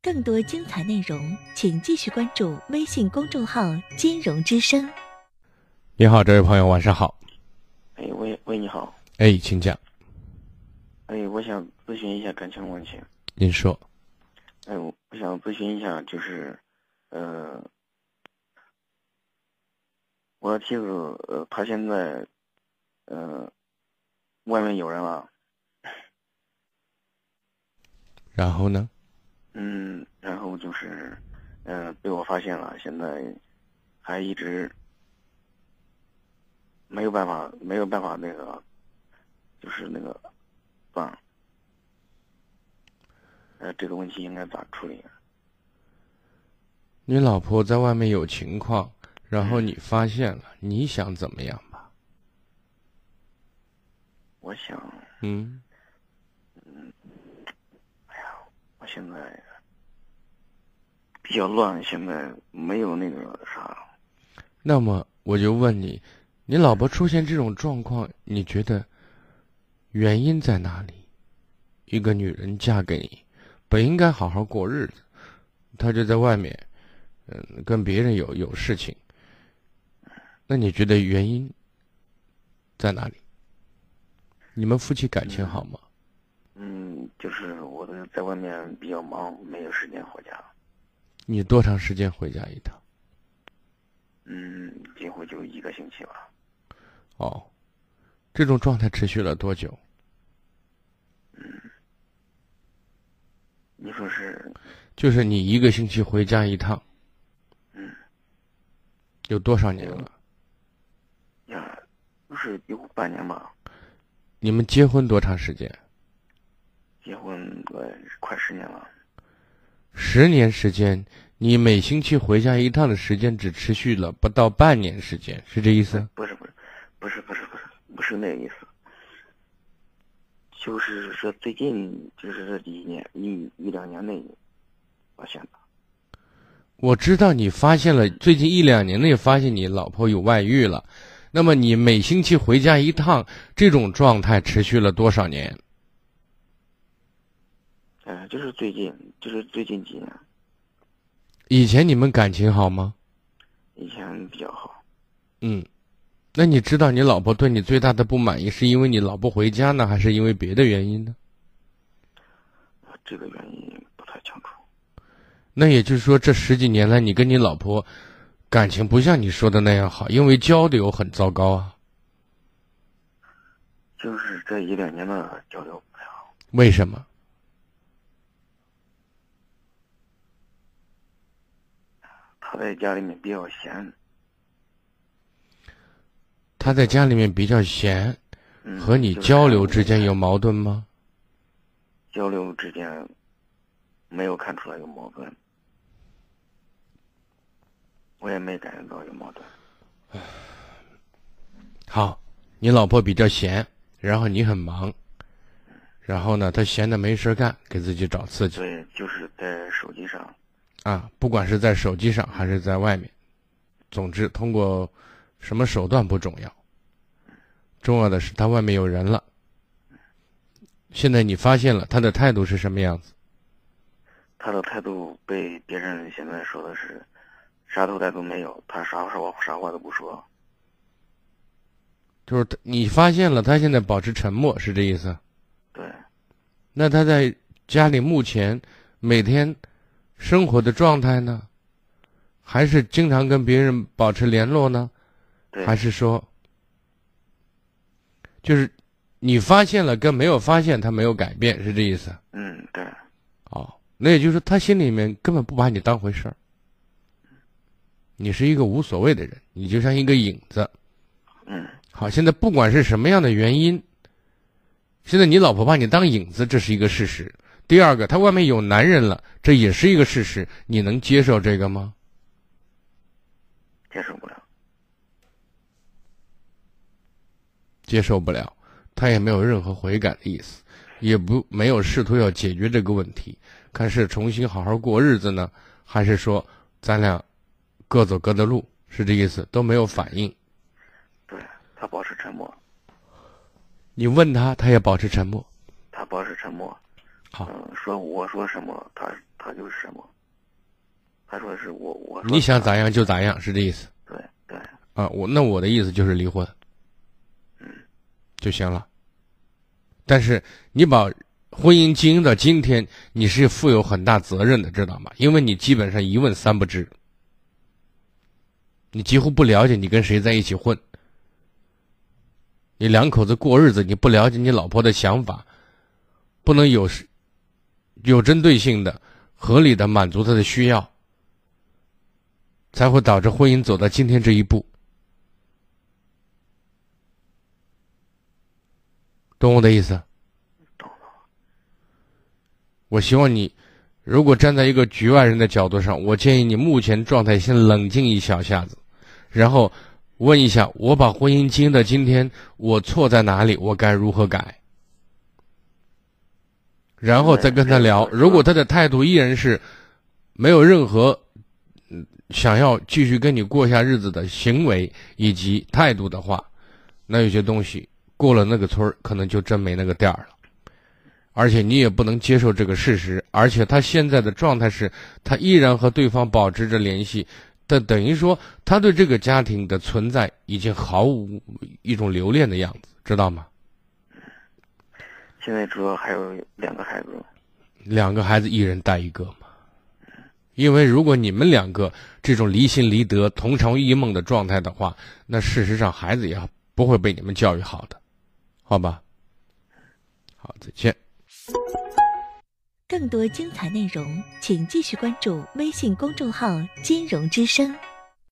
更多精彩内容，请继续关注微信公众号“金融之声你好，这位朋友，晚上好。哎，喂喂，你好，哎，请讲，哎，我想咨询一下感情问题。您说。哎，我我想咨询一下，就是，呃，我的妻子，呃，她现在，呃，外面有人了，然后呢？嗯，然后就是，呃，被我发现了，现在还一直没有办法，没有办法那个，就是那个，算了，呃，这个问题应该咋处理啊？你老婆在外面有情况，然后你发现了，你想怎么样吧？我想，嗯，我现在比较乱，现在没有那个啥，那么我就问你，你老婆出现这种状况，你觉得原因在哪里？一个女人嫁给你，本应该好好过日子，她就在外面，嗯，跟别人有有事情，那你觉得原因在哪里？你们夫妻感情好吗？嗯，就是我的在外面比较忙，没有时间回家，你多长时间回家一趟？嗯，几乎就一个星期吧，哦，这种状态持续了多久？你说是，就是你一个星期回家一趟，嗯，有多少年了？呀，就是有半年吧，你们结婚多长时间？结婚呃快十年了，十年时间，你每星期回家一趟的时间只持续了不到半年时间，是这意思？不是不是，不是不是不是不是那个意思，就是说最近就是这一年一一两年内发现的，我知道你发现了，最近一两年内发现你老婆有外遇了，那么你每星期回家一趟，这种状态持续了多少年？嗯、就是最近就是最近几年以前你们感情好吗？以前比较好，嗯，那你知道你老婆对你最大的不满意是因为你老不回家呢，还是因为别的原因呢？这个原因不太清楚。那也就是说，这十几年来你跟你老婆感情不像你说的那样好，因为交流很糟糕啊。就是这一两年的交流不太好，为什么？他在家里面比较闲，她在家里面比较闲，嗯，和你就是嗯交流之间有矛盾吗？交流之间没有看出来有矛盾，我也没感觉到有矛盾。好，你老婆比较闲，然后你很忙，然后呢，她闲的没事儿干，给自己找刺激对，就是在手机上，啊，不管是在手机上还是在外面，总之通过什么手段不重要，重要的是她外面有人了。现在你发现了她的态度是什么样子？他的态度被别人现在说的是啥头态都没有，他啥说啥话都不说。就是她你发现了她现在保持沉默，是这意思？对，那她在家里目前每天生活的状态呢？还是经常跟别人保持联络呢？对，还是说，就是你发现了跟没有发现，他没有改变，是这意思？嗯，对，哦，那也就是说，他心里面根本不把你当回事儿，你是一个无所谓的人，你就像一个影子。嗯，好，现在不管是什么样的原因，现在你老婆把你当影子，这是一个事实。第二个，她外面有男人了，这也是一个事实，你能接受这个吗？接受不了。接受不了，他也没有任何悔改的意思，也不没有试图要解决这个问题，看是重新好好过日子呢，还是说咱俩各走各的路，是这意思，都没有反应。对他保持沉默，你问他，他也保持沉默。他保持沉默，好，嗯，说我说什么，他他就是什么。他说是我我说你想他咋样就咋样，是这意思对对，啊？我那我的意思就是离婚，嗯就行了。但是你把婚姻经营到今天，你是负有很大责任的，知道吗？因为你基本上一问三不知，你几乎不了解你跟谁在一起混。你两口子过日子，你不了解你老婆的想法，不能有时有针对性的、合理的满足她的需要，才会导致婚姻走到今天这一步。懂我的意思？懂了。我希望你，如果站在一个局外人的角度上，我建议你目前状态先冷静一小下子，然后问一下：我把婚姻经营到今天，我错在哪里？我该如何改？然后再跟他聊。如果他的态度依然是没有任何嗯想要继续跟你过下日子的行为以及态度的话，那有些东西过了那个村儿，可能就真没那个店儿了。而且你也不能接受这个事实，而且他现在的状态是，他依然和对方保持着联系，但等于说他对这个家庭的存在已经毫无一种留恋的样子，知道吗？现在主要还有两个孩子，两个孩子一人带一个嘛。因为如果你们两个这种离心离德、同床异梦的状态的话，那事实上孩子也不会被你们教育好的，好吧？好，再见。更多精彩内容，请继续关注微信公众号“金融之声”。